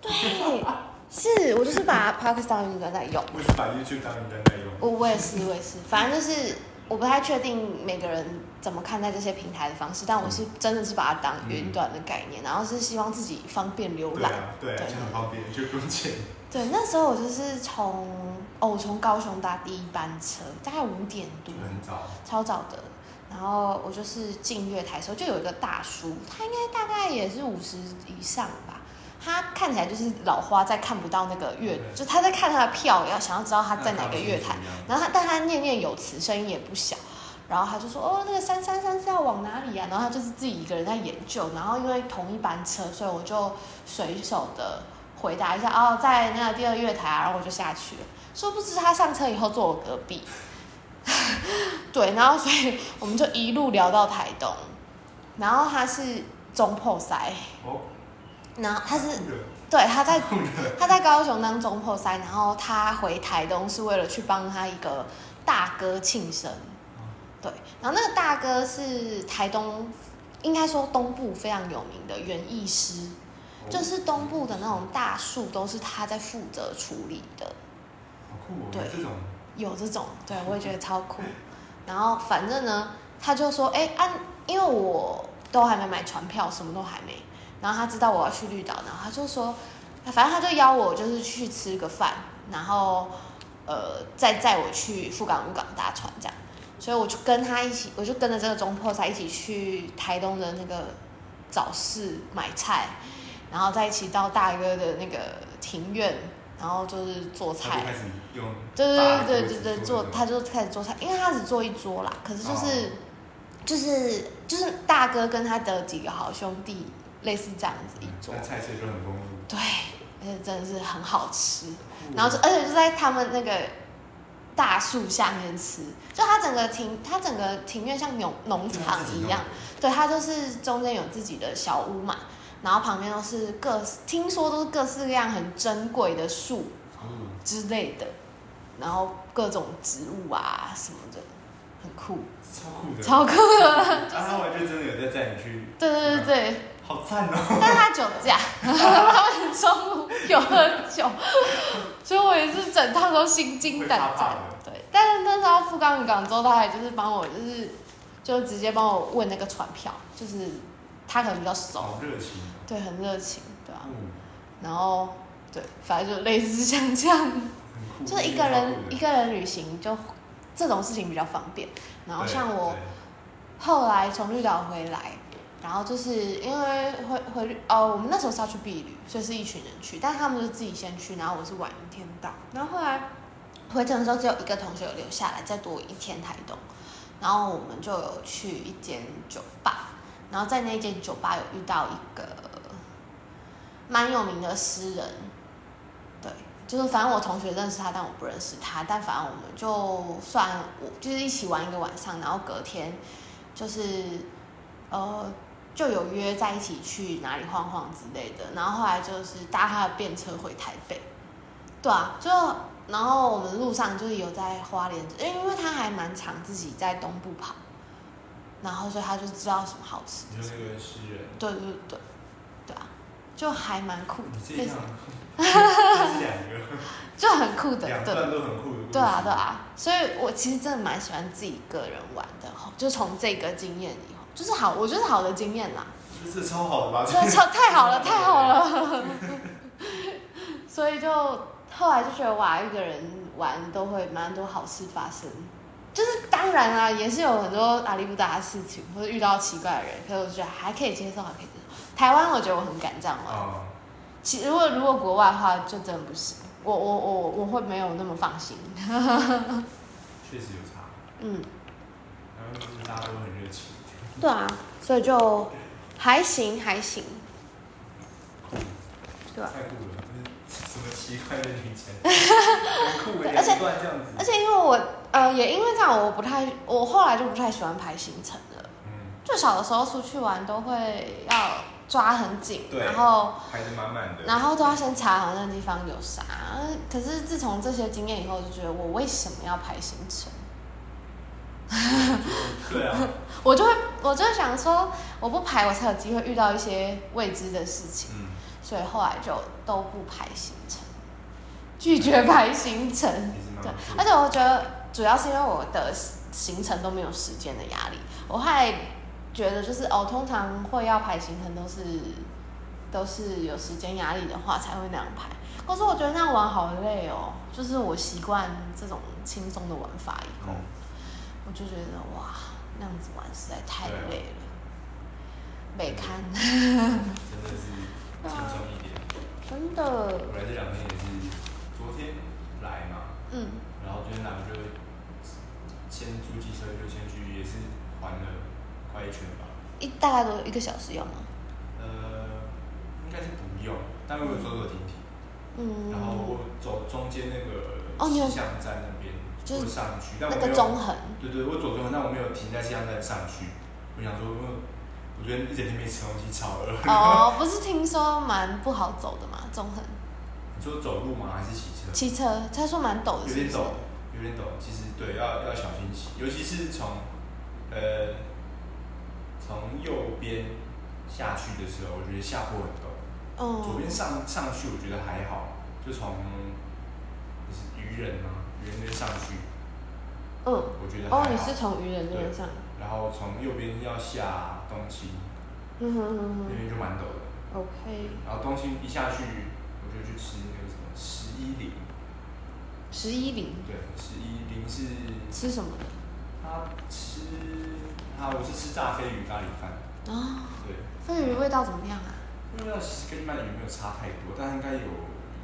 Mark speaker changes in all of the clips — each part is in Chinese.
Speaker 1: 对， 是我就是把 Podcast 当云端在用。
Speaker 2: 我是把 YouTube 当云端在用。
Speaker 1: 我我也是，我也是，反正就是我不太确定每个人怎么看待这些平台的方式，但我是真的是把它当云端的概念，然后是希望自己方便浏
Speaker 2: 嗯对
Speaker 1: 览。
Speaker 2: 啊，对啊，
Speaker 1: 对
Speaker 2: 就很方便，就不用钱。
Speaker 1: 对，那时候我就是从哦，我从高雄搭第一班车，大概五点多
Speaker 2: 就，很早，
Speaker 1: 超早的。然后我就是进月台的时候，就有一个大叔，他应该大概也是五十以上吧。他看起来就是老花，在看不到那个月，
Speaker 2: 对
Speaker 1: 就他在看他的票，要想要知道他在哪个月台。
Speaker 2: 那看不清楚一样？
Speaker 1: 然后他，但他念念有词，声音也不小。然后他就说：“哦，那个三三三是要往哪里啊？”然后他就是自己一个人在研究。然后因为同一班车，所以我就随手的回答一下：“哦，在那个第二月台啊。”然后我就下去了。殊不知他上车以后坐我隔壁， 对，然后所以我们就一路聊到台东。然后他是中破塞，
Speaker 2: 哦，
Speaker 1: 然后他是
Speaker 2: 酷的
Speaker 1: 对他在
Speaker 2: 酷的
Speaker 1: 他在高雄当中破塞，然后他回台东是为了去帮他一个大哥庆生，对，然后那个大哥是台东，应该说东部非常有名的园艺师，就是东部的那种大树都是他在负责处理的，
Speaker 2: 好酷哦，
Speaker 1: 对
Speaker 2: 这种
Speaker 1: 有这种，对我也觉得超酷。然后反正呢，他就说，哎、啊，因为我都还没买船票，什么都还没。然后他知道我要去绿岛，然后他就说，反正他就邀我就是去吃个饭，然后呃再载我去富冈渔港搭船这样。所以我就跟他一起，我就跟着这个中破仔一起去台东的那个早市买菜，然后再一起到大哥的那个庭院，然后就是做
Speaker 2: 他
Speaker 1: 菜
Speaker 2: 就。开始用
Speaker 1: 对
Speaker 2: 大
Speaker 1: 对
Speaker 2: 的
Speaker 1: 对对对，
Speaker 2: 桌子
Speaker 1: 做
Speaker 2: 那种
Speaker 1: 他就开始做菜，因为他只做一桌啦，可是就是、就是就是大哥跟他的几个好兄弟类似这样子一桌
Speaker 2: 那，菜色就很丰富，哦
Speaker 1: 对，而且真的是很好吃，
Speaker 2: 酷
Speaker 1: 然后就而且就在他们那个大树下面吃，就他整个庭他整个庭院像农农场一样，，对，它就是中间有自己的小屋嘛，然后旁边都是各听说都是各式各样很珍贵的树，
Speaker 2: 嗯，
Speaker 1: 之类的，然后各种植物啊什么的，很酷，
Speaker 2: 超酷的，
Speaker 1: 超酷的。
Speaker 2: 啊，他完全真的有在载你去，
Speaker 1: 对对 对对，
Speaker 2: 好赞哦，
Speaker 1: 但他酒驾，他们中午有喝酒，所以我也是整趟都心惊胆
Speaker 2: 会怕
Speaker 1: 战
Speaker 2: 怕的。
Speaker 1: 对，但是那时候富冈渔港之后，他还就是帮我，就是就直接帮我问那个船票，就是他可能比较熟，
Speaker 2: 好热情哦，
Speaker 1: 对，很热情，对啊。
Speaker 2: 嗯，
Speaker 1: 然后对，反正就类似像这样。
Speaker 2: 很酷，
Speaker 1: 就是一个人一
Speaker 2: 个
Speaker 1: 个人旅行就这种事情比较方便。然后像我后来从绿岛回来，然后就是因为回回绿哦，我们那时候是要去避旅，所以是一群人去，但他们就自己先去，然后我是晚一天到。然后后来回程的时候，只有一个同学有留下来，再多一天台东。然后我们就有去一间酒吧，然后在那间酒吧有遇到一个蛮有名的诗人，对，就是反正我同学认识他，但我不认识他，但反正我们就算我就是一起玩一个晚上，然后隔天就是呃就有约在一起去哪里晃晃之类的，然后后来就是搭他的便车回台北，对啊，就然后我们路上就是有在花莲，因为他还蛮常自己在东部跑，然后所以他就知道什么好吃
Speaker 2: 你
Speaker 1: 的
Speaker 2: 说，那个诗 人，
Speaker 1: 对对对，对啊，就还蛮酷
Speaker 2: 你这
Speaker 1: 的
Speaker 2: 一，趟 这是两个，
Speaker 1: 就很酷的，
Speaker 2: 两
Speaker 1: 对。
Speaker 2: 段都很酷的故事，
Speaker 1: 对啊，对啊，所以我其实真的蛮喜欢自己一个人玩的吼，就从这个经验以后，就是好，我觉得是好的经验 啦，
Speaker 2: 这超好的吧？
Speaker 1: 真的超太好了，太好了， 所以就后来就觉得哇，一个人玩都会蛮多好事发生，就是当然啦，也是有很多阿里不达的事情，或者遇到奇怪的人，可是我觉得还可以接受，还可以接受。台湾我觉得我很敢这样玩，
Speaker 2: 啊，
Speaker 1: 其如果如果国外的话就真的不行，我我我我会没有那么放心，
Speaker 2: 确实有差，
Speaker 1: 嗯。
Speaker 2: 然后就是大家都很热情，
Speaker 1: 对啊，所以就还行还行，对啊
Speaker 2: 太酷了，这是什么奇怪的旅 程，很酷的两段这样子，
Speaker 1: 而且因为我呃也因为这样，我不太我后来就不太喜欢排行程了。
Speaker 2: 嗯，
Speaker 1: 就小的时候出去玩都会要抓很紧，
Speaker 2: 对
Speaker 1: 然后
Speaker 2: 排的满满的，
Speaker 1: 然后都要先查好那个地方有啥。可是自从这些经验以后，就觉得我为什么要排行程？
Speaker 2: 对 啊，
Speaker 1: 我就会我就会想说，我不排我才有机会遇到一些未知的事情。
Speaker 2: 嗯，
Speaker 1: 所以后来就都不排行程，拒绝排
Speaker 2: 也
Speaker 1: 行程。
Speaker 2: 是蛮
Speaker 1: 对
Speaker 2: 不，错
Speaker 1: 而
Speaker 2: 的
Speaker 1: 且我觉得主要是因为我的行程都没有时间的压力，我还觉得就是哦，通常会要排行程都是都是有时间压力的话才会那样排。可是我觉得那样玩好累哦，就是我习惯这种轻松的玩法以后，
Speaker 2: 嗯
Speaker 1: 我就觉得哇，那样子玩实在太
Speaker 2: 对啊
Speaker 1: 累了。北看，
Speaker 2: 真的是轻松一点。
Speaker 1: 真的，
Speaker 2: 我来这两天也是昨天来嘛，
Speaker 1: 嗯，
Speaker 2: 然后昨天来我就先租机车，就先去也是环了快一圈吧。
Speaker 1: 一大概都一个小时要吗？
Speaker 2: 呃，应该是不用，但我有走走停停，
Speaker 1: 嗯，
Speaker 2: 然后我走中间那
Speaker 1: 哦
Speaker 2: 个
Speaker 1: 你有
Speaker 2: 气象站那边，
Speaker 1: 就是
Speaker 2: 我上去，但我没
Speaker 1: 那个啊
Speaker 2: 有
Speaker 1: 中横，
Speaker 2: 对对，我左中，但我没有停在气象站上去。我想说，因为我昨天一整天没吃东西，超饿。
Speaker 1: 哦，不是听说蛮不好走的嘛，中横
Speaker 2: 你说走路吗？还是骑车？
Speaker 1: 骑车，他说蛮陡
Speaker 2: 有
Speaker 1: 的，是
Speaker 2: 点
Speaker 1: 不是？
Speaker 2: 陡，有点陡。其实对，要要小心骑，尤其是从呃从右边下去的时候，我觉得下坡很陡。左
Speaker 1: 嗯，
Speaker 2: 边上上去，我觉得还好，就从就是渔人嘛，渔人那边上去，
Speaker 1: 嗯，
Speaker 2: 我觉得还好。
Speaker 1: 哦，你是从渔人那边上，
Speaker 2: 然后从右边要下东青，
Speaker 1: 嗯哼哼
Speaker 2: 那边就蛮陡的。
Speaker 1: 哼，OK，
Speaker 2: 然后东青一下去，我就去吃那个什么十一零，
Speaker 1: 十一里
Speaker 2: 对，十一零是
Speaker 1: 吃什么的
Speaker 2: 他吃他我是吃炸飞鱼咖喱饭，
Speaker 1: 啊？
Speaker 2: 对，
Speaker 1: 鲱鱼味道怎么样啊？
Speaker 2: 因为那跟一般的鱼没有差太多，但应该有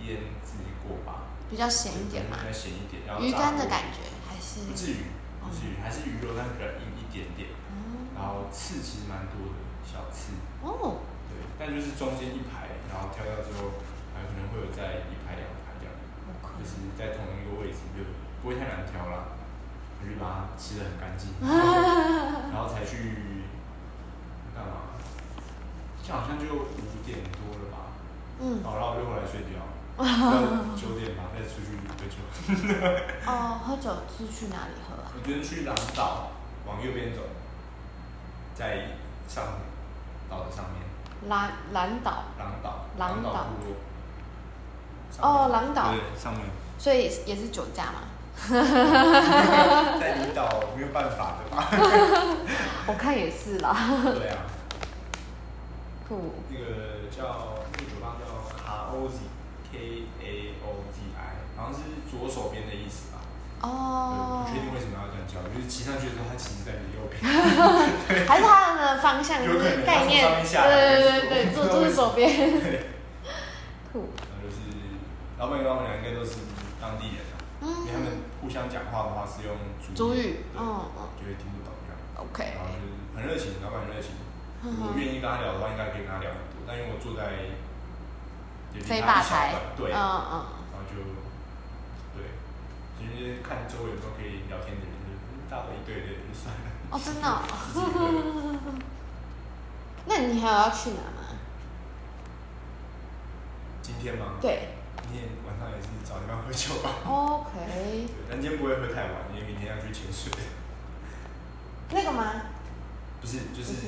Speaker 2: 腌制过吧，
Speaker 1: 比较咸一点嘛
Speaker 2: 可，能比较咸一点，然后
Speaker 1: 鱼干的
Speaker 2: 炸过
Speaker 1: 感觉还是
Speaker 2: 不至于，不至于，还是鱼肉，但比较硬一点点，
Speaker 1: 嗯
Speaker 2: 然后刺其实蛮多的，小刺，
Speaker 1: 哦，
Speaker 2: 对，但就是中间一排，然后跳掉之后，还可能会有在一排两排这样。就
Speaker 1: 好可
Speaker 2: 是在同一个位置，就不会太难挑啦。我就把它吃的很干净，然后才去干嘛？这好像就五点多了吧，
Speaker 1: 嗯，
Speaker 2: 然后我就回来睡觉，到九点吧再出去喝酒。
Speaker 1: 哦，喝酒是去哪里喝啊？
Speaker 2: 我昨天去廊岛，往右边走，在上岛的上面，
Speaker 1: 蓝蓝岛，
Speaker 2: 廊岛，
Speaker 1: 廊岛
Speaker 2: 岛部落。
Speaker 1: 哦，蓝岛，
Speaker 2: 对，上面。
Speaker 1: 所以也是酒驾嘛。
Speaker 2: 在离岛没有办法的 嘛。
Speaker 1: 我看也是 啦，
Speaker 2: 对啊。
Speaker 1: 酷，
Speaker 2: 那个叫那个酒吧叫 K O Z K A O Z I，好像是左手边的意思吧？
Speaker 1: 哦
Speaker 2: 嗯对，不确定为什么要这样叫，就是骑上去的时候，它其实在你右边。
Speaker 1: 还是它的方向就
Speaker 2: 有可
Speaker 1: 是
Speaker 2: 能
Speaker 1: 概念，
Speaker 2: 它从上面下来
Speaker 1: 对对对对，
Speaker 2: 就是
Speaker 1: 坐坐左 边，酷，
Speaker 2: 然后就是老板跟老板娘应该都是当地人啊，因为他们
Speaker 1: 嗯，
Speaker 2: 互相讲话的话是用
Speaker 1: 主
Speaker 2: 主
Speaker 1: 语，
Speaker 2: 对，
Speaker 1: 嗯嗯
Speaker 2: 就会听不懂这样。
Speaker 1: ，OK，
Speaker 2: 然后就是很热情，老板很热情，
Speaker 1: 嗯
Speaker 2: 我
Speaker 1: 哼
Speaker 2: 愿意跟他聊的话，应该可以跟他聊很多。但因为我坐在也离
Speaker 1: 飞
Speaker 2: 他
Speaker 1: 霸
Speaker 2: 一小
Speaker 1: 台
Speaker 2: 段，对，
Speaker 1: 嗯嗯，
Speaker 2: 然后就对，就是看周围有没有可以聊天的人，就大概一对的人就算了。
Speaker 1: 哦，真的哦，
Speaker 2: 自己一个人
Speaker 1: 那你还有要去哪吗？
Speaker 2: 今天吗？，
Speaker 1: 对
Speaker 2: 今天晚上也是找地方喝酒吧。
Speaker 1: ，OK，
Speaker 2: 对，但今天不会喝太晚，因为明天要去潜水。
Speaker 1: 那个吗？
Speaker 2: 不是，就
Speaker 1: 不
Speaker 2: 是
Speaker 1: 是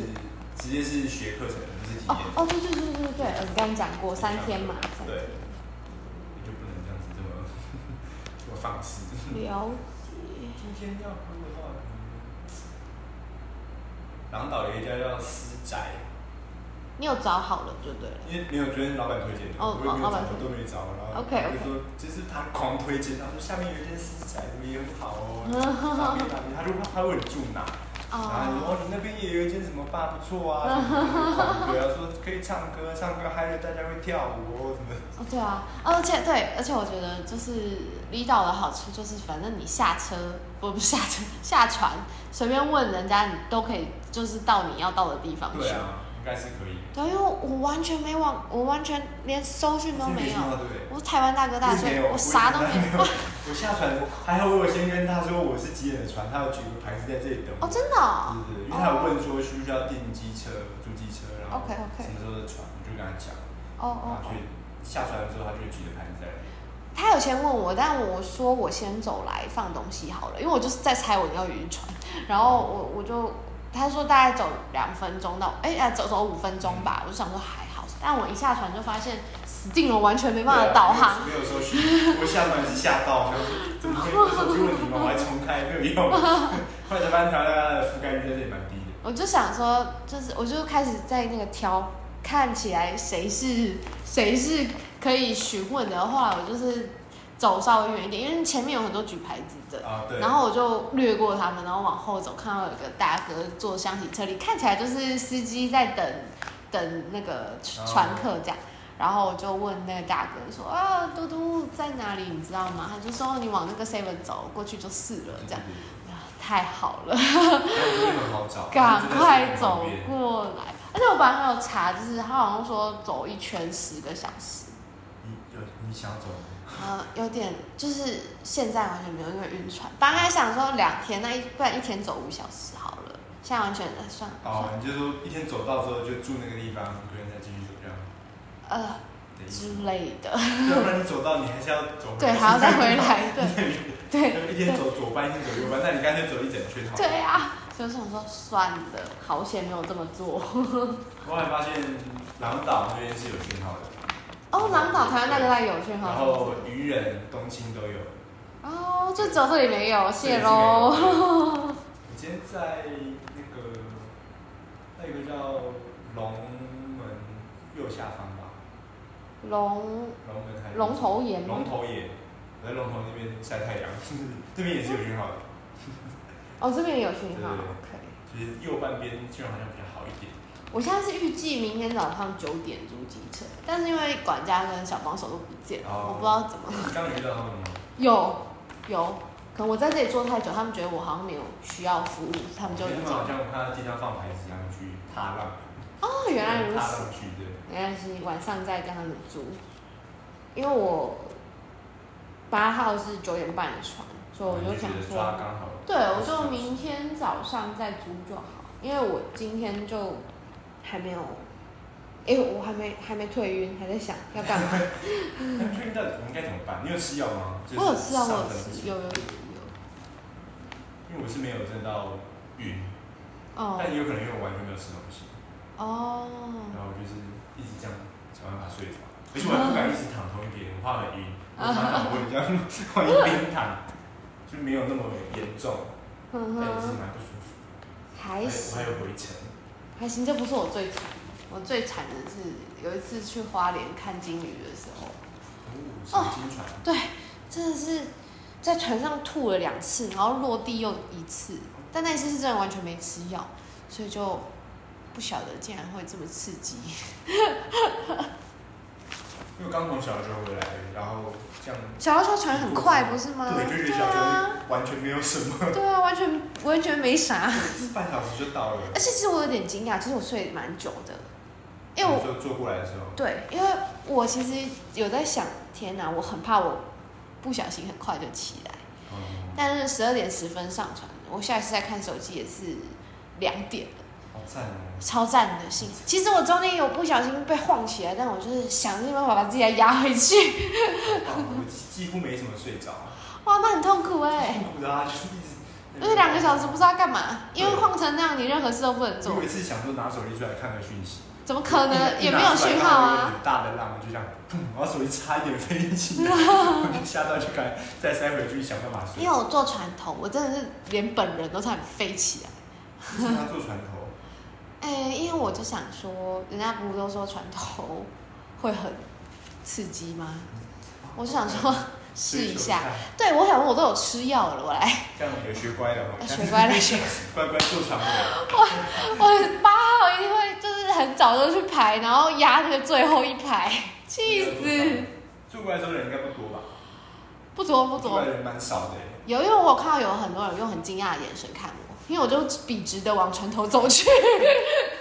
Speaker 2: 直接是学课程，不是体
Speaker 1: 哦
Speaker 2: 验，
Speaker 1: 哦，对对对对对，呃你刚刚讲过三天嘛，三
Speaker 2: 对，你就不能这样子这么 这么放肆。
Speaker 1: 天，了解，
Speaker 2: 今天要喝的话，嗯，狼岛有一家叫私宅，
Speaker 1: 你有找好了就对了，
Speaker 2: 因为没有，昨天老板推荐的，
Speaker 1: 哦
Speaker 2: 我也没有
Speaker 1: 老板
Speaker 2: 找
Speaker 1: 推，荐
Speaker 2: 都没找，然后
Speaker 1: OK，OK
Speaker 2: 就说就是他狂推荐，他说下面有一间私宅，怎么也很好哦， 哪边哪边，他就问他问你住哪，然后你说哦
Speaker 1: 哦，
Speaker 2: 你那边也有一间什么吧不错啊，什么 的狂推，他说可以唱歌，唱歌嗨了大家会跳舞哦，什么的，
Speaker 1: 哦，对啊，而且对，而且我觉得就是离岛的好处就是，反正你下车不不下车下船，随便问人家，你都可以就是到你要到的地方去。
Speaker 2: 对啊，应该是可以，
Speaker 1: 对因为我完全没网，我完全连搜讯都没
Speaker 2: 是
Speaker 1: 有
Speaker 2: 听。到对不对？
Speaker 1: 我是台湾大哥大，所
Speaker 2: 没
Speaker 1: 以
Speaker 2: 有，
Speaker 1: 我啥都没
Speaker 2: 没
Speaker 1: 有。
Speaker 2: 有。 我下船，还好我有先跟他说我是几点的船，他有举个牌子在这里等我。
Speaker 1: 哦，真的、哦。
Speaker 2: 对对，因为他有问说需不需要订机车、租机车，然后
Speaker 1: 哦 OK，OK
Speaker 2: 什么时候的船，我就跟他讲，然
Speaker 1: 哦哦
Speaker 2: 后
Speaker 1: 哦
Speaker 2: 去。下船的时候，他就会举着盘子在那边。
Speaker 1: 他有先问我，但我说我先走来放东西好了，因为我就是在猜我要渔船，然后我我就他说大概走两分钟到，哎、啊走走五分钟吧，我就想说还好，但我一下船就发现死定了，我完全没办法导航。
Speaker 2: 啊没有搜寻，我下船是吓到，然后怎么会有手机问题吗？我还重开，没有 用。后来才发现台湾的覆盖率在这里蛮低的。
Speaker 1: 我就想说，就是我就开始在那个挑，看起来谁是谁是可以询问的。后来我就是走稍微远一点，因为前面有很多举牌子的，
Speaker 2: 啊，对。
Speaker 1: 然后我就略过他们，然后往后走，看到有一个大哥坐厢型车里，看起来就是司机在等等那个船客这样。
Speaker 2: 哦
Speaker 1: 然后我就问那个大哥说：“啊，嘟嘟在哪里？你知道吗？”他就说：“哦你往那个 seven 走过去就是了。”这样，啊太好了，
Speaker 2: 对，对对但我觉得很好找，
Speaker 1: 赶快走
Speaker 2: 因为哦真的是很方便
Speaker 1: 过来。而且我本来还有查，就是他好像说走一圈十个小时，
Speaker 2: 你有你想走吗？
Speaker 1: 呃，有点就是现在完全没有，因为晕船。本来还想说两天，那一不然一天走五小时好了，现在完全呃算了算了，
Speaker 2: 哦，你就说一天走到之后就住那个地方，隔天再继续走这样
Speaker 1: 呃
Speaker 2: 的意思。
Speaker 1: 之类的，
Speaker 2: 要不然你走到你还是要走回
Speaker 1: 嗯对，
Speaker 2: 来。
Speaker 1: 还要再回来，对 对
Speaker 2: 一天走左半，一天走右半，那你干脆走一整圈好了。
Speaker 1: 对啊，所以我想说算了，好险没有这么做。
Speaker 2: 我还发现狼岛那边是有讯号的，
Speaker 1: 哦，南岛台湾那个在有讯号
Speaker 2: 然
Speaker 1: 是不
Speaker 2: 后
Speaker 1: 是，
Speaker 2: 渔人、东青都有。
Speaker 1: 哦，就只有这里没有，谢
Speaker 2: 这里
Speaker 1: 喽。
Speaker 2: 是没有的。我今天在那个，那有个叫龙门右下方吧，
Speaker 1: 龙
Speaker 2: 龙门还是
Speaker 1: 龙头岩吗
Speaker 2: 龙？头也，我在龙头那边晒太阳，这边也是有讯号的，
Speaker 1: 哦，这边也有讯号
Speaker 2: 对对对
Speaker 1: ，OK。
Speaker 2: 其实右半边讯号好像比较好一点。
Speaker 1: 我现在是预计明天早上九点租机车，但是因为管家跟小帮手都不见了，
Speaker 2: 哦
Speaker 1: 我不知道怎么
Speaker 2: 你刚刚有遇到他们吗？
Speaker 1: 有有，可能我在这里坐太久，他们觉得我好像没有需要服务，他们就已
Speaker 2: 因为
Speaker 1: 经
Speaker 2: 他们好像我看到地上放牌子一样去踏浪，
Speaker 1: 哦，原来如
Speaker 2: 踏
Speaker 1: 此，
Speaker 2: 浪去对。
Speaker 1: 原来是晚上再跟他们租，因为我八号是九点半的船，所以我就想
Speaker 2: 觉得抓
Speaker 1: 说，
Speaker 2: 刚好。
Speaker 1: 对，我就明天早上再租就好，因为我今天就还没有，哎、我还没还没退晕，还在想要干嘛。
Speaker 2: 那最近到底应该怎么办？你有吃药吗？就是
Speaker 1: 我有吃啊，我有
Speaker 2: 上等
Speaker 1: 吃，
Speaker 2: 级
Speaker 1: 有有有有。
Speaker 2: 因为我是没有真的到晕，
Speaker 1: 哦
Speaker 2: 但也有可能因为我完全没有吃东西，
Speaker 1: 哦，
Speaker 2: 然后我就是一直这样想办法睡着，而且我
Speaker 1: 啊
Speaker 2: 还不敢一直躺同一边，我怕很晕，我怕躺会这 样，万一边躺就没有那么严重，
Speaker 1: 嗯哼
Speaker 2: 但也是
Speaker 1: 哼，
Speaker 2: 蛮不舒服。还
Speaker 1: 还
Speaker 2: 有
Speaker 1: 行
Speaker 2: 还有回程，
Speaker 1: 还行，这不是我最惨，我最惨的是有一次去花莲看金鱼的时候，
Speaker 2: 哦，神经传，
Speaker 1: 对，真的是在船上吐了两次，然后落地又一次，但那一次是真的完全没吃药，所以就不晓得竟然会这么刺激。
Speaker 2: 因为我刚从小学回来，然后这样，
Speaker 1: 小要说船很快不是吗？
Speaker 2: 对，就觉得小
Speaker 1: 啊，
Speaker 2: 学完全没有什么，
Speaker 1: 对啊，完全完全没啥。
Speaker 2: 半小时就到了。
Speaker 1: 而且其实我有点惊讶，其实我睡蛮久的，因为我
Speaker 2: 就坐过来的时候，
Speaker 1: 对，因为我其实有在想，天哪，我很怕我不小心很快就起来，
Speaker 2: 嗯，
Speaker 1: 但是十二点十分上传，我下一次再看手机也是两点了，
Speaker 2: 好赞哦！
Speaker 1: 超赞的幸福。其实我中间有不小心被晃起来，但我就是想尽办法把自己来压回去，
Speaker 2: 哦我几乎没怎么睡着，
Speaker 1: 哇，那很痛苦哎、
Speaker 2: 不知道 就是一直。
Speaker 1: 就是两个小时不知道干嘛，因为晃成那样，你任何事都不能做
Speaker 2: 我有，一次想说拿手机出来看个讯息，
Speaker 1: 怎么可能？
Speaker 2: 一
Speaker 1: 也
Speaker 2: 拿
Speaker 1: 没有
Speaker 2: 出来
Speaker 1: 讯
Speaker 2: 看
Speaker 1: 号
Speaker 2: 到一
Speaker 1: 啊
Speaker 2: 个。很大的浪，我就这样，砰，我手机差一点飞 起来，我就吓到就赶再塞回去想办法睡
Speaker 1: 因为。我坐船头，我真的是连本人都差点飞起来。
Speaker 2: 为他坐船 头，
Speaker 1: 哎、因为我就想说，人家不是都说船头 会很刺激吗？我就想 说试一下。，对，我想说我都有吃药了，我来
Speaker 2: 这样有学乖了吗？
Speaker 1: 哎学 乖了，学
Speaker 2: 乖乖坐船头，
Speaker 1: 我八号一定会就是很早就去排，然后压那个最后一排，气死！！
Speaker 2: 坐过来的时候人应该不多吧？
Speaker 1: 不多不
Speaker 2: 坐过
Speaker 1: 多
Speaker 2: 来，人蛮少的，欸
Speaker 1: 有因为我有看到有很多人用很惊讶的眼神看我，因为我就笔直的往船头走去，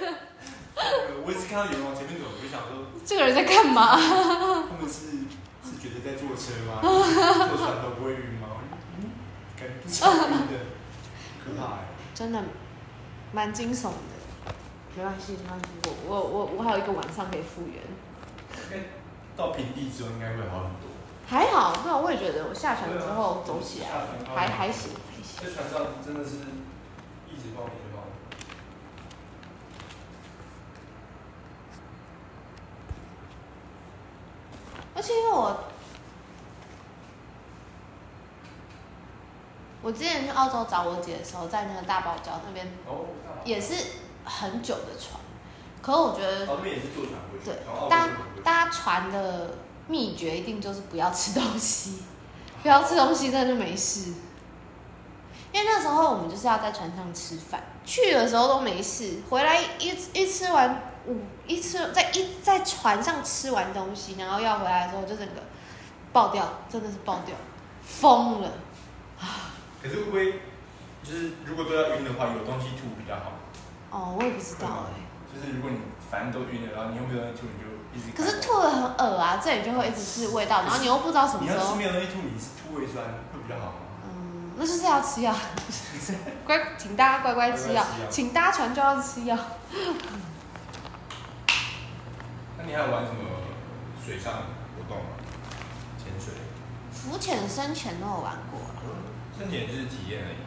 Speaker 2: 我一直看到有人往前面走，我就想说。
Speaker 1: 这个人在干嘛？
Speaker 2: 他们是是觉得在坐车 吗？坐船都不会晕吗？嗯，感觉不 是晕的，可怕哎、
Speaker 1: 真的蛮惊悚的。没关系，没关系，我我我我还有一个晚上可以复原。
Speaker 2: 应该到平地之后应该会好很多。
Speaker 1: 还好，没有，我也觉得我下船之后走起来
Speaker 2: 对啊
Speaker 1: 还还行，还行。
Speaker 2: 在船上真的是一直抱一直抱。
Speaker 1: 而且因为我，我之前去澳洲找我姐的时候，在那个大堡礁那边
Speaker 2: 哦，干嘛
Speaker 1: 也是很久的船，可是我觉得
Speaker 2: 哦，那边也是坐船过去，
Speaker 1: 对
Speaker 2: 然后澳洲
Speaker 1: 搭
Speaker 2: 就很贵
Speaker 1: 搭船的秘诀一定就是不要吃东西，不要吃东西真的就没事。因为那时候我们就是要在船上吃饭，去的时候都没事，回来一一吃完午一吃在一在船上吃完东西，然后要回来的时候就整个爆掉，真的是爆掉，疯了。
Speaker 2: 可是会不会就是如果都要晕的话，有东西吐比较好？
Speaker 1: 哦，我也不知道哎、
Speaker 2: 就是如果你反正都晕了，然后你又没有东西吐，你就一直。
Speaker 1: 可是吐的很恶啊，这里就会一直是味道，然后你又不知道什么
Speaker 2: 你
Speaker 1: 时
Speaker 2: 要是
Speaker 1: 候，
Speaker 2: 没有东西吐，你是吐胃酸会比较好吗？
Speaker 1: 嗯，那就是 要吃药，乖，请大家乖乖吃
Speaker 2: 乖
Speaker 1: 药
Speaker 2: 乖吃药，
Speaker 1: 请搭船就要吃药。
Speaker 2: 那你还有玩什么水上活动吗？潜水、
Speaker 1: 浮潜、深潜都有玩过啊，
Speaker 2: 深潜就是体验而已，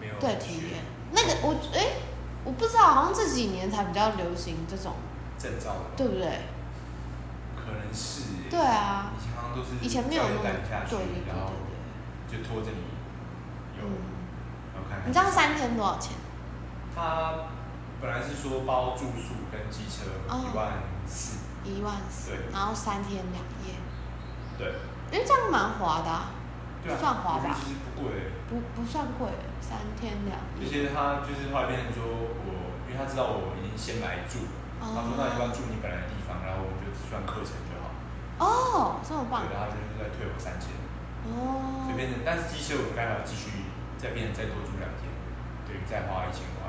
Speaker 2: 没有
Speaker 1: 对，
Speaker 2: 学
Speaker 1: 体验那个我哎、我不知道，好像这几年才比较流行这种，
Speaker 2: 证照的，
Speaker 1: 对不对？
Speaker 2: 可能是耶
Speaker 1: 对啊，
Speaker 2: 以前好像都是
Speaker 1: 以前没有那
Speaker 2: 教
Speaker 1: 么对
Speaker 2: 练带你嗯下去
Speaker 1: 对对对，
Speaker 2: 然后
Speaker 1: 对。
Speaker 2: 就拖着你游，
Speaker 1: 嗯，
Speaker 2: 然后看看。
Speaker 1: 你知道三天多少钱？
Speaker 2: 他本来是说包住宿跟机车
Speaker 1: 哦
Speaker 2: 一万四，
Speaker 1: 一万四
Speaker 2: 对，
Speaker 1: 然后三天两夜，
Speaker 2: 对，
Speaker 1: 因为这样蛮划的、啊，
Speaker 2: 对啊，
Speaker 1: 算划
Speaker 2: 我觉
Speaker 1: 吧
Speaker 2: 得其实不贵，
Speaker 1: 不不算贵，三天两
Speaker 2: 而
Speaker 1: 夜。
Speaker 2: 且他就是后来变成说我，因为他知道我已经先来住了，他说那你要
Speaker 1: 哦，
Speaker 2: 住你本来的地方，然后我就只算课程就好，
Speaker 1: 哦，这么棒
Speaker 2: 对，然啊后他就是再退我三千，
Speaker 1: 哦
Speaker 2: 所以，变成但是机车我刚好继续再变成再多住两天，对，再花一千块，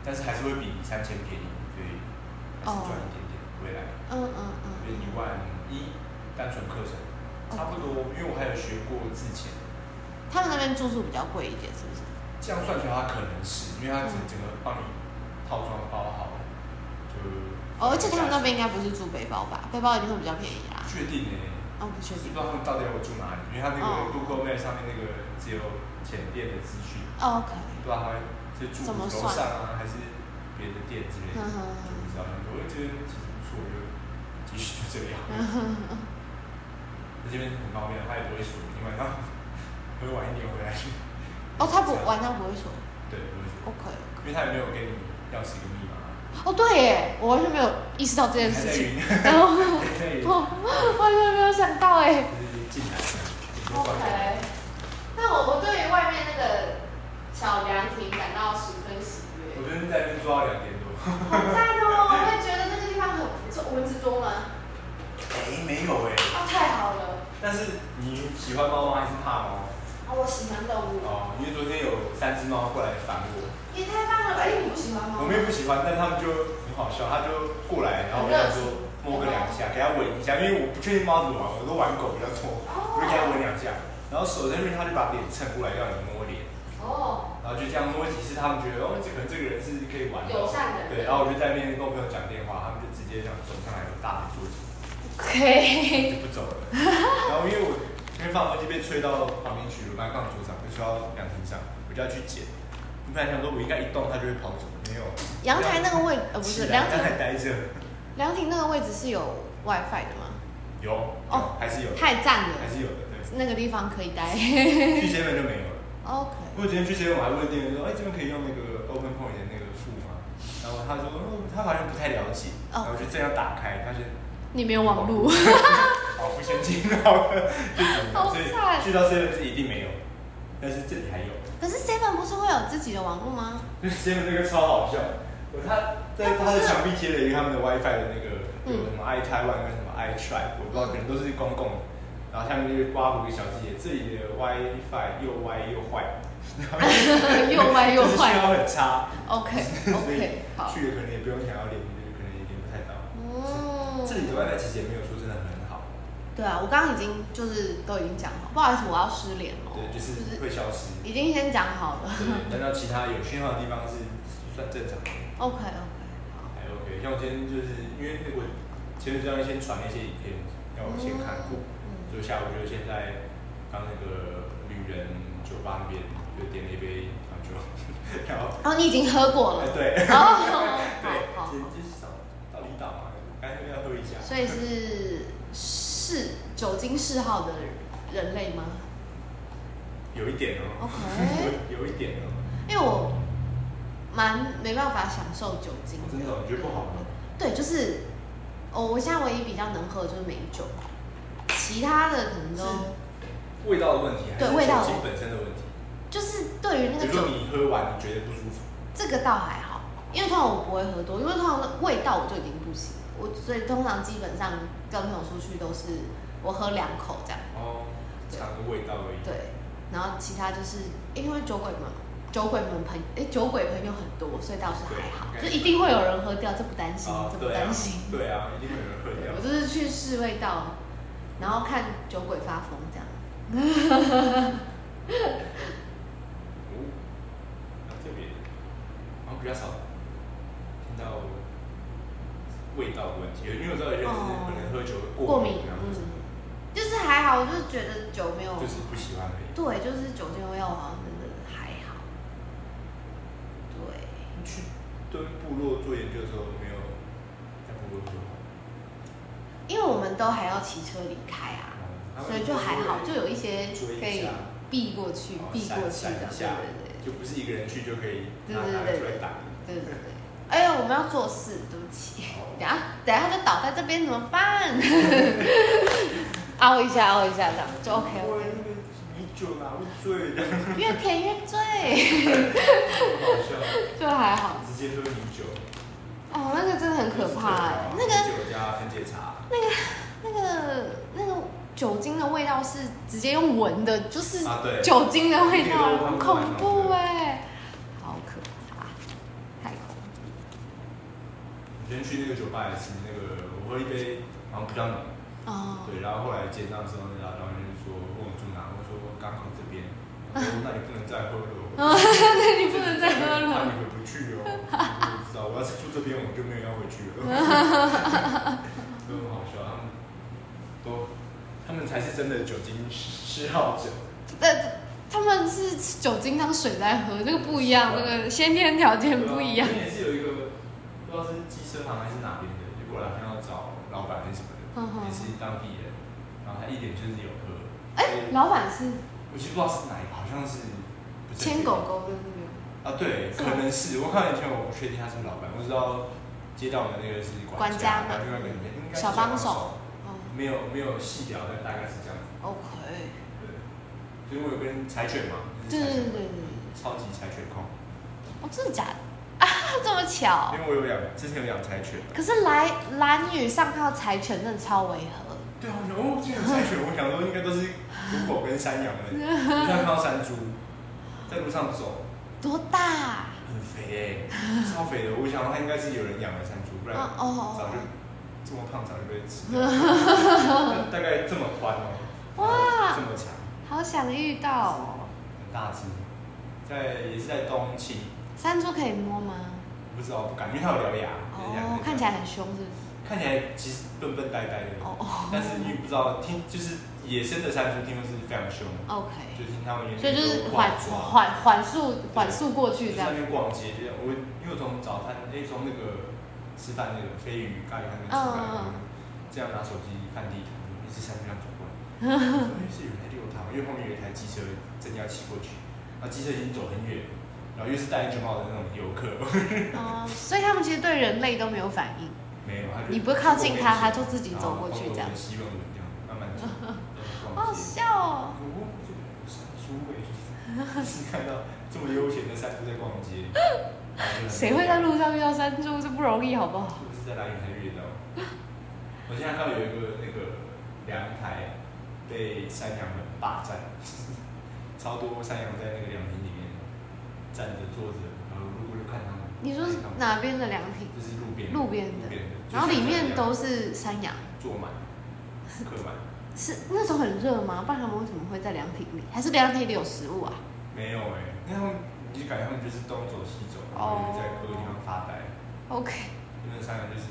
Speaker 2: 但是还是会比三千便宜，所以还是赚一点点回来。
Speaker 1: 嗯嗯
Speaker 2: 就一
Speaker 1: 嗯，
Speaker 2: 万一单纯课程，
Speaker 1: 哦
Speaker 2: 差不多，因为我还有学过自潜，
Speaker 1: 他们那边住宿比较贵一点，是不是？
Speaker 2: 这样算起来它可能是，因为它整整个帮你套装包好，就
Speaker 1: 哦，而且他们那边应该不是住背包吧？背包一定会比较便宜啦。
Speaker 2: 确定诶、
Speaker 1: 哦，不确
Speaker 2: 就是
Speaker 1: 定
Speaker 2: 不知。道他们到底要我住哪里，因为他那
Speaker 1: 哦
Speaker 2: 个 Google Map 上面那个只有前店的资讯，
Speaker 1: 哦 OK。
Speaker 2: 不知道啊他是住
Speaker 1: 怎么
Speaker 2: 楼
Speaker 1: 算
Speaker 2: 上啊还是别的店之类
Speaker 1: 嗯
Speaker 2: 的，
Speaker 1: 哼
Speaker 2: 就不知道。我觉得这边其实不错，我就继续住这里好了。
Speaker 1: 嗯
Speaker 2: 在这边很方便，他也不会锁，你晚上 会晚一点回来。
Speaker 1: 哦，他不晚上不会锁。
Speaker 2: 对，不会锁，
Speaker 1: OK。
Speaker 2: 因为他也没有给你钥匙跟密码。
Speaker 1: 哦，对耶，我完全没有意识到哦这
Speaker 2: 还
Speaker 1: 件
Speaker 2: 在
Speaker 1: 事 情，
Speaker 2: 云，
Speaker 1: 然后
Speaker 2: 还在云，
Speaker 1: 我我完全没有想到哎。
Speaker 2: 就是进来，很多关卡
Speaker 1: OK。那我我对于外面那个小凉亭感到十分喜
Speaker 2: 我昨
Speaker 1: 悦，
Speaker 2: 天在那边坐到两点多。
Speaker 1: 好赞哦！我也觉得那个地方很不错，蚊子多吗？
Speaker 2: 哎，没有哎。
Speaker 1: 啊，太好了！
Speaker 2: 但是你喜欢猫吗？还是怕猫？
Speaker 1: 啊，我喜欢动物，
Speaker 2: 哦，因为昨天有三只猫过来烦我。
Speaker 1: 也太棒了吧！哎，你不喜欢吗？
Speaker 2: 我妹不喜欢，但他们就很好笑，他就过来，然后我就说摸个两下，给它闻一下，因为我不确定猫怎么玩，我都玩狗比较多，我就给它闻两下，然后手在那边，他就把脸蹭过来要你摸脸，
Speaker 1: 哦，
Speaker 2: 然后就这样摸几次，他们觉得哦，这可能这个人是可以玩的，
Speaker 1: 友善的人
Speaker 2: 对，然后我就在那边跟我朋友讲电话，他们就直接这样走上来，我大腿坐起，
Speaker 1: OK，
Speaker 2: 就不走了，然后因为我因为放风机被吹到旁边去了，我刚放桌上，被吹到凉亭上，我就要去捡，我本来想说我应该一动它就会跑走，没有，
Speaker 1: 阳台那个位呃不
Speaker 2: 起
Speaker 1: 是
Speaker 2: 来
Speaker 1: 凉
Speaker 2: 让它
Speaker 1: 亭，
Speaker 2: 待着。
Speaker 1: 凉亭那个位置是有 WiFi 的吗？
Speaker 2: 有
Speaker 1: 哦
Speaker 2: 哦，还是有的，哎
Speaker 1: 太赞了
Speaker 2: 还，是有的，对。
Speaker 1: 那个地方可以 待。
Speaker 2: 去 7-Eleven 就没有了。
Speaker 1: OK，
Speaker 2: 我昨天去 7-Eleven 我还问店员说，哎，这边可以用那个 Open Point 的那个付吗？然后他说，哦，他好像不太了解。
Speaker 1: 哦
Speaker 2: 然后我就这样打开，发现
Speaker 1: 你没有网路，
Speaker 2: 好不先进，好了，就怎么样
Speaker 1: 好
Speaker 2: 所以
Speaker 1: 惨
Speaker 2: 去到 Seven 是一定没有，但是这里还有。
Speaker 1: 可是 Seven 不是会有自己的网路吗？
Speaker 2: 就是 Seven 这个超好笑，我他在他
Speaker 1: 它不是
Speaker 2: 的墙壁贴了一个他们的 WiFi 的那个
Speaker 1: 嗯
Speaker 2: 有什么 i Taiwan 跟什么 i Try，我不知道，可能都是公共的。然后下面就是刮胡一个小细节，这里的 WiFi 又歪又坏，
Speaker 1: 又歪又
Speaker 2: 就是信
Speaker 1: 坏。
Speaker 2: 号很差
Speaker 1: OK
Speaker 2: 所以
Speaker 1: OK，好。
Speaker 2: 去了可能也不用想要连，就是可能也连不太到。
Speaker 1: 嗯
Speaker 2: 这里的 WiFi 其实也没有说真的很好，
Speaker 1: 对啊，我刚刚已经就是都已经讲好，不好意思，我要失联了。
Speaker 2: 对，就是会消失。
Speaker 1: 已经先讲好了。
Speaker 2: 对，但到其他有信号的地方是算正常的。
Speaker 1: OK OK，
Speaker 2: 还哎 OK，像我今天就是因为我前段时间先传了一些影片，让我先看过，
Speaker 1: 嗯
Speaker 2: 所以下午就先在刚那个旅人酒吧那边就点了一杯糖酒， 然后
Speaker 1: 好。然后你已经喝过
Speaker 2: 哎
Speaker 1: 了。
Speaker 2: 对
Speaker 1: 哦，好好
Speaker 2: 对，就就是找到离岛嘛，刚才要喝一下，
Speaker 1: 所以是是酒精嗜好的人类吗
Speaker 2: 有一点哦、
Speaker 1: ？OK，
Speaker 2: 有一点哦、
Speaker 1: 因为我蛮没办法享受酒精
Speaker 2: 真的哦你觉得不好吗？
Speaker 1: 对，就是哦，我现在唯一比较能喝的就是美酒，其他的可能都
Speaker 2: 味道的问题还是
Speaker 1: 对味道
Speaker 2: 酒精本身的问题？
Speaker 1: 就是对于那
Speaker 2: 比如
Speaker 1: 个酒
Speaker 2: 说你喝完你觉得不舒服，
Speaker 1: 这个倒还好，因为通常我不会喝多，因为通常味道我就已经不行了，我所以通常基本上跟朋友出去都是我喝两口这样，
Speaker 2: 哦，尝个味道而已。
Speaker 1: 对，然后其他就是因为酒鬼嘛，酒鬼们朋哎酒鬼朋友很多，所以倒是还好，就
Speaker 2: 对
Speaker 1: 一定会有人喝掉，这不担心，
Speaker 2: 啊
Speaker 1: 这，不
Speaker 2: 对啊
Speaker 1: 担心。，
Speaker 2: 对啊，一定会有人喝
Speaker 1: 对
Speaker 2: 掉
Speaker 1: 我。就是去试味道，然后看酒鬼发疯这样。嗯
Speaker 2: 哦，那特别，好哦像比较少听到味道的问题，因为我知道有些人是可能喝酒会
Speaker 1: 过
Speaker 2: 过
Speaker 1: 敏，
Speaker 2: 然后
Speaker 1: 嗯，就是还好，我就是觉得酒没有，
Speaker 2: 就是不喜欢而已。
Speaker 1: 对，就是酒精味，我好像真的还好。对，
Speaker 2: 去对部落做研究的时候没有在部落做好，
Speaker 1: 因为我们都还要骑车离开啊，
Speaker 2: 然后
Speaker 1: 所以就还好，就有一些
Speaker 2: 追一
Speaker 1: 可以
Speaker 2: 下
Speaker 1: 避过去
Speaker 2: 哦，
Speaker 1: 避过去
Speaker 2: 闪闪一
Speaker 1: 的，对
Speaker 2: 下
Speaker 1: 对
Speaker 2: 就不是一个人去就可以
Speaker 1: 对
Speaker 2: 拿
Speaker 1: 对
Speaker 2: 拿
Speaker 1: 对
Speaker 2: 出来打。
Speaker 1: 对对对对。哎呀，我们要做事，对不起，
Speaker 2: 哦
Speaker 1: 等下等下就倒在这边怎么办？ 凹一下，凹一下，这样就 OK
Speaker 2: 我
Speaker 1: OK，
Speaker 2: 那个米酒哪会醉的？
Speaker 1: 越甜越醉，
Speaker 2: 好笑，
Speaker 1: 就还好。
Speaker 2: 直接喝米酒，
Speaker 1: 哦，那个真的很可怕哎、
Speaker 2: 啊
Speaker 1: 那个
Speaker 2: 米酒加分解茶，
Speaker 1: 那个那个酒精的味道是直接用闻的，就是
Speaker 2: 啊对
Speaker 1: 酒精的味
Speaker 2: 那
Speaker 1: 道，
Speaker 2: 个闻闻
Speaker 1: 很
Speaker 2: 啊
Speaker 1: 恐
Speaker 2: 闻
Speaker 1: 怖
Speaker 2: 闻
Speaker 1: 哎、好可怕，太恐怖。
Speaker 2: 我今天去那个酒吧也是，那个我喝一杯，然后比较浓，
Speaker 1: 哦，
Speaker 2: 对，然后后来结账的时候，那老板就说问我住哪，我说港口这 边，我说那你不能再喝了
Speaker 1: 哦
Speaker 2: 哦，
Speaker 1: 那你不能再喝
Speaker 2: 那
Speaker 1: 了。
Speaker 2: 你回不去哦，我知道，我要是住这边，我就没有要回去了， 都很好笑，他们都，他们才是真的酒精嗜好者，
Speaker 1: 但他们是吃酒精当水在喝，那个不一样，那个先天条件不一样
Speaker 2: 对。啊我之前也是有一个不知道是机车行还是哪边的，就过来他要找老板还是什么的，
Speaker 1: 嗯哼
Speaker 2: 也是当地人，然后他一点就是有喝。
Speaker 1: 哎、
Speaker 2: 所以
Speaker 1: 老板是
Speaker 2: 我其实不知道是哪一个，好像是不是
Speaker 1: 牵狗狗的那
Speaker 2: 啊，对，
Speaker 1: 是
Speaker 2: 可
Speaker 1: 吗
Speaker 2: 能是我看以前我不确定他是不是老板，我知道街道的那个是
Speaker 1: 管
Speaker 2: 家，
Speaker 1: 家嘛
Speaker 2: 然后另外一个应该应该是
Speaker 1: 小帮手
Speaker 2: 手，
Speaker 1: 个。
Speaker 2: 没有没有细聊，但大概是这样子。
Speaker 1: 哦，OK，
Speaker 2: 对，所以我有跟柴犬嘛，就
Speaker 1: 对
Speaker 2: 是柴
Speaker 1: 对对
Speaker 2: 犬
Speaker 1: 对对，
Speaker 2: 超级柴犬控，
Speaker 1: 哦，真的假的啊？这么巧。
Speaker 2: 因为我有养，之前有养柴犬。
Speaker 1: 可是来蓝屿上到柴犬真的超违和，
Speaker 2: 对啊，我想哦，这个柴犬，我想说应该都是土狗跟山羊的，我现在看到山猪在路上走，
Speaker 1: 多大、啊？
Speaker 2: 很肥哎、超肥的，我想它应该是有人养的山猪，不然
Speaker 1: 哦
Speaker 2: 早就
Speaker 1: 哦
Speaker 2: 这么胖，早就被吃掉了。 大概这么宽哦，
Speaker 1: 哇
Speaker 2: 这么长，
Speaker 1: 哦，好想遇到哦。
Speaker 2: 很大只，在也是在东青，
Speaker 1: 山猪可以摸吗？
Speaker 2: 我不知道不敢，因为它有獠牙，
Speaker 1: 哦，看起
Speaker 2: 来
Speaker 1: 来很凶，是不是？
Speaker 2: 看起来其实笨笨呆呆的，
Speaker 1: 哦哦
Speaker 2: 但是你不知道听就是野生的山猪听说是非常凶的。就
Speaker 1: ，OK。
Speaker 2: 听他们也
Speaker 1: 所以就是
Speaker 2: 挂
Speaker 1: 缓
Speaker 2: 抓，
Speaker 1: 缓缓速缓速过
Speaker 2: 就
Speaker 1: 去这
Speaker 2: 在
Speaker 1: 样
Speaker 2: 那。边逛街，就我因为我从早餐哎从那个吃饭那个飞鱼咖喱那边吃饭，
Speaker 1: 嗯嗯嗯
Speaker 2: 这样拿手机看地图，一直山路上走过 来，我说哎是有人在溜他吗？因为后面有一台机车正要骑过去，那机车已经走很远了，然后又是戴安全帽的那种游客，
Speaker 1: 哦，所以他们其实对人类都没有反应。
Speaker 2: 没有，他就
Speaker 1: 你不会靠近它
Speaker 2: 走过去哦
Speaker 1: 它就自己走过去这
Speaker 2: 然
Speaker 1: 样
Speaker 2: 后我就吸吻吻这样，慢慢 走，然后
Speaker 1: 好
Speaker 2: 逛
Speaker 1: 好
Speaker 2: 街。
Speaker 1: 笑哦。
Speaker 2: 哦，这个有山猪哎，是看到这么悠闲的山猪在逛街，啊
Speaker 1: 谁会在？路上遇到山猪？这不容易，好不好？
Speaker 2: 是不是在蓝雨才遇到？我现在看到有一个那个凉台被山羊们霸占， 超多山羊在那个凉亭里面站着坐着，然后路过就看他们。
Speaker 1: 你说是
Speaker 2: 看他们？
Speaker 1: 哪边的凉亭？
Speaker 2: 就是路边
Speaker 1: 路边
Speaker 2: 路
Speaker 1: 的
Speaker 2: 边的，
Speaker 1: 然后里面都
Speaker 2: 就是
Speaker 1: 山羊，
Speaker 2: 坐满，客满，
Speaker 1: 是那时候很热吗？不然他们为什么会在凉亭里？还是凉亭里有食物啊？
Speaker 2: 没有哎、那他们你就感觉他们就是东走西走，然后
Speaker 1: 哦
Speaker 2: 就在各个地方发呆。
Speaker 1: OK，
Speaker 2: 因为山羊就是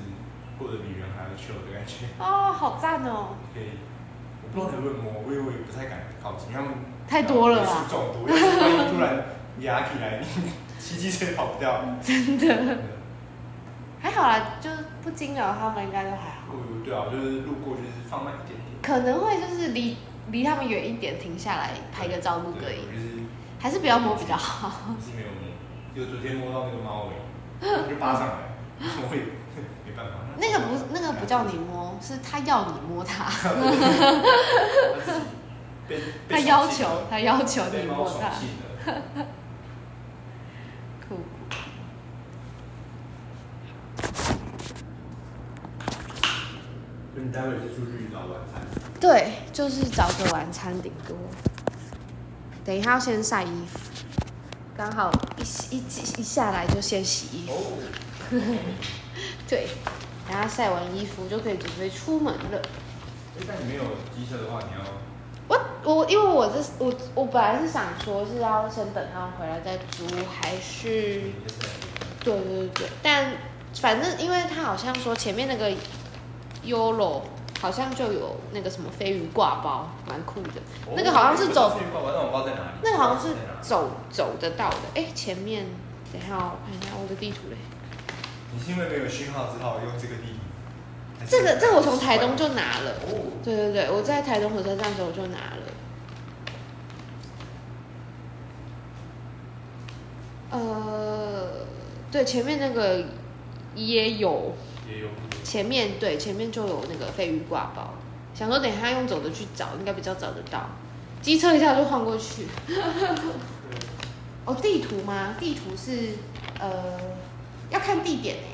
Speaker 2: 过得比人还要 chill 的感觉，
Speaker 1: 哦，好赞哦！
Speaker 2: 可以。我不知道你会摸，我也我也不太敢靠近，因为他们
Speaker 1: 太多了啦
Speaker 2: 啊，中毒，要是万 一突然压起来，你骑机车也跑不掉。
Speaker 1: 真的，
Speaker 2: 真的
Speaker 1: 还好啦，就是不惊扰他们，应该都还好。
Speaker 2: 嗯，对啊，就是路过就是放慢一点点，
Speaker 1: 可能会就是离离他们远一点，停下来拍个照，录个
Speaker 2: 对，
Speaker 1: 影，
Speaker 2: 我就是
Speaker 1: 还是不要摸比较好。
Speaker 2: 就是没有摸，就昨天摸到那个猫 尾，就扒上来， 我也没办法。
Speaker 1: 那个不是，那个不叫你摸，是他要你摸他，
Speaker 2: 它自己被，被
Speaker 1: 他要
Speaker 2: 宠幸
Speaker 1: 求
Speaker 2: 了
Speaker 1: 他要求
Speaker 2: 被
Speaker 1: 你
Speaker 2: 猫
Speaker 1: 摸
Speaker 2: 宠
Speaker 1: 他，
Speaker 2: 幸了。
Speaker 1: 酷酷。
Speaker 2: 就 你待会是出去找晚餐，
Speaker 1: 对，就是找个晚餐顶多。等一下要先晒衣服，刚好一洗一一一下来就先洗衣服。
Speaker 2: 哦，
Speaker 1: 对，等一下晒完衣服就可以准备出门了。
Speaker 2: 哎但你没有机车的话，你要
Speaker 1: 我我因为我这我我本来是想说是要先等他们回来再租，还是
Speaker 2: 你就是
Speaker 1: 对对对对，但反正因为他好像说前面那个 Yolo 好像就有那个什么飞鱼挂包，蛮酷的。那个好像是走，
Speaker 2: 那我不知道在哪里，
Speaker 1: 那个好像是
Speaker 2: 在哪
Speaker 1: 走走得到的。哎、前面等一下哦，我看一下我的地图嘞。
Speaker 2: 你是因为没有信号，只好用这个地图。还是
Speaker 1: 这个这个我从台东就拿了。
Speaker 2: 哦，
Speaker 1: 对对对，我在台东火车站的时候我就拿了。呃，对，前面那个也有，
Speaker 2: 也有
Speaker 1: 前面对前面就有那个鲱鱼挂包，想说等一下用走的去找，应该比较找得到。机车一下就晃过去。哦，地图吗？地图是呃要看地点诶、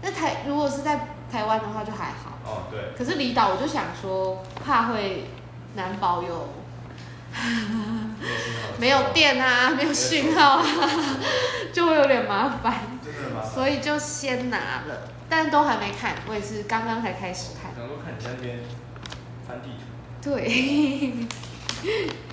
Speaker 1: 那台如果是在台湾的话就还好。
Speaker 2: 哦，对，
Speaker 1: 可是离岛我就想说，怕会难保有
Speaker 2: 没有信号，
Speaker 1: 没有，电 啊，没有讯号啊，就会有点麻烦，
Speaker 2: 真的吗？
Speaker 1: 所以就先拿了，但都还没看，我也是刚刚才开始看。
Speaker 2: 然后看你在那边翻地图，
Speaker 1: 对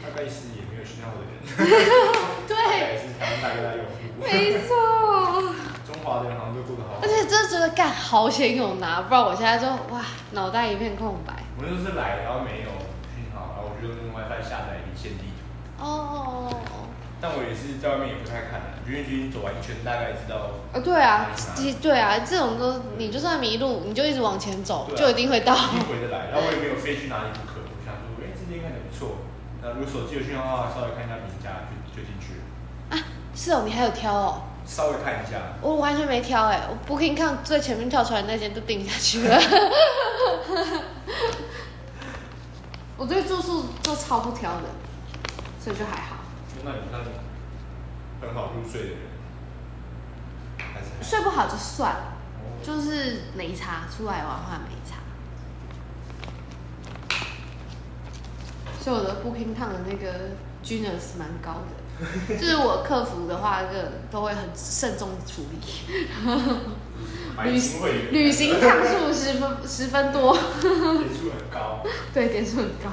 Speaker 2: 大概是也没有信号的人，大
Speaker 1: 对，
Speaker 2: 概是台湾大哥大用户，
Speaker 1: 没错，
Speaker 2: 中华的人好像都过得好
Speaker 1: 而。且真的觉得干好险有拿，不然我现在就哇脑袋一片空白。
Speaker 2: 我们就是来，然后没有信号，然后我就用 WiFi 下载离线地图，
Speaker 1: 哦，
Speaker 2: 但我也是在外面也不太看的，因为已经走完一圈，大概知道。
Speaker 1: 啊对啊，其实对啊，这种都你就算迷路，你就一直往前走，就一定会到。
Speaker 2: 一定回得来，然后我也没有非去哪里不可。我想说，哎、这间看起来不错，那如果手机有信号的话，稍微看一下评价就就进去了，
Speaker 1: 是哦，你还有挑哦。
Speaker 2: 稍微看一下。
Speaker 1: 我完全没挑哎、我 Booking 看最前面跳出来那间就定下去了。我对住宿就超不挑的，所以就还好。
Speaker 2: 那你看，很好入睡的人，还是
Speaker 1: 睡不好就算了，
Speaker 2: 哦
Speaker 1: 就是没差，出来玩的话没差。所以我的 Booking 烫的那个 Genius 蛮高的，就是我客服的话，这个都会很慎重处理。
Speaker 2: 白金会员
Speaker 1: 旅行趟数十分十分多。
Speaker 2: 点数很高，
Speaker 1: 对，点数很高。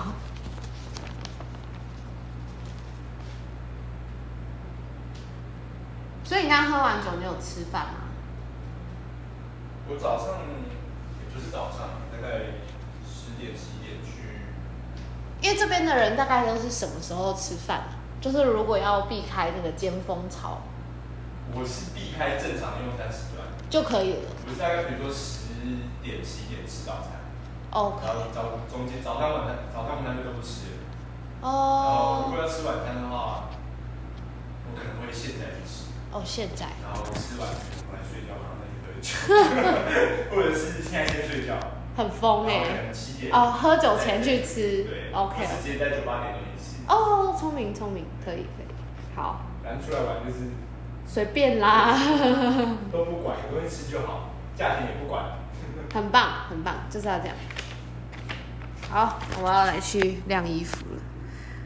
Speaker 1: 所以你刚刚喝完酒，你有吃饭吗？
Speaker 2: 我早上也不是早上，大概十点十一点去，
Speaker 1: 因为这边的人大概都是什么时候吃饭啊、就是如果要避开那个尖峰潮
Speaker 2: 我是避开正常用餐时段，
Speaker 1: 就可以了。
Speaker 2: 我是大概比如说十点十一点吃早餐，
Speaker 1: OK，
Speaker 2: 然后早中间早上晚餐早上晚餐就都不吃了。然后如
Speaker 1: 哦
Speaker 2: 果要吃晚餐的话，我可能会现在去吃，
Speaker 1: 哦，现在
Speaker 2: 然后吃完回来睡觉，然后再去喝酒，或者是现在先睡觉，
Speaker 1: 很
Speaker 2: 然后
Speaker 1: 疯哎、
Speaker 2: 可能七点
Speaker 1: 哦，喝酒前去吃
Speaker 2: 对
Speaker 1: ，OK，
Speaker 2: 或是直接在酒吧点东西吃，
Speaker 1: 哦，聪明聪明，可以可以，好，
Speaker 2: 反正出来玩就是
Speaker 1: 随便啦。
Speaker 2: 都不管，有东西吃就好，价钱也不管。
Speaker 1: 很棒，很棒，就是要这样。好，我要来去晾衣服了。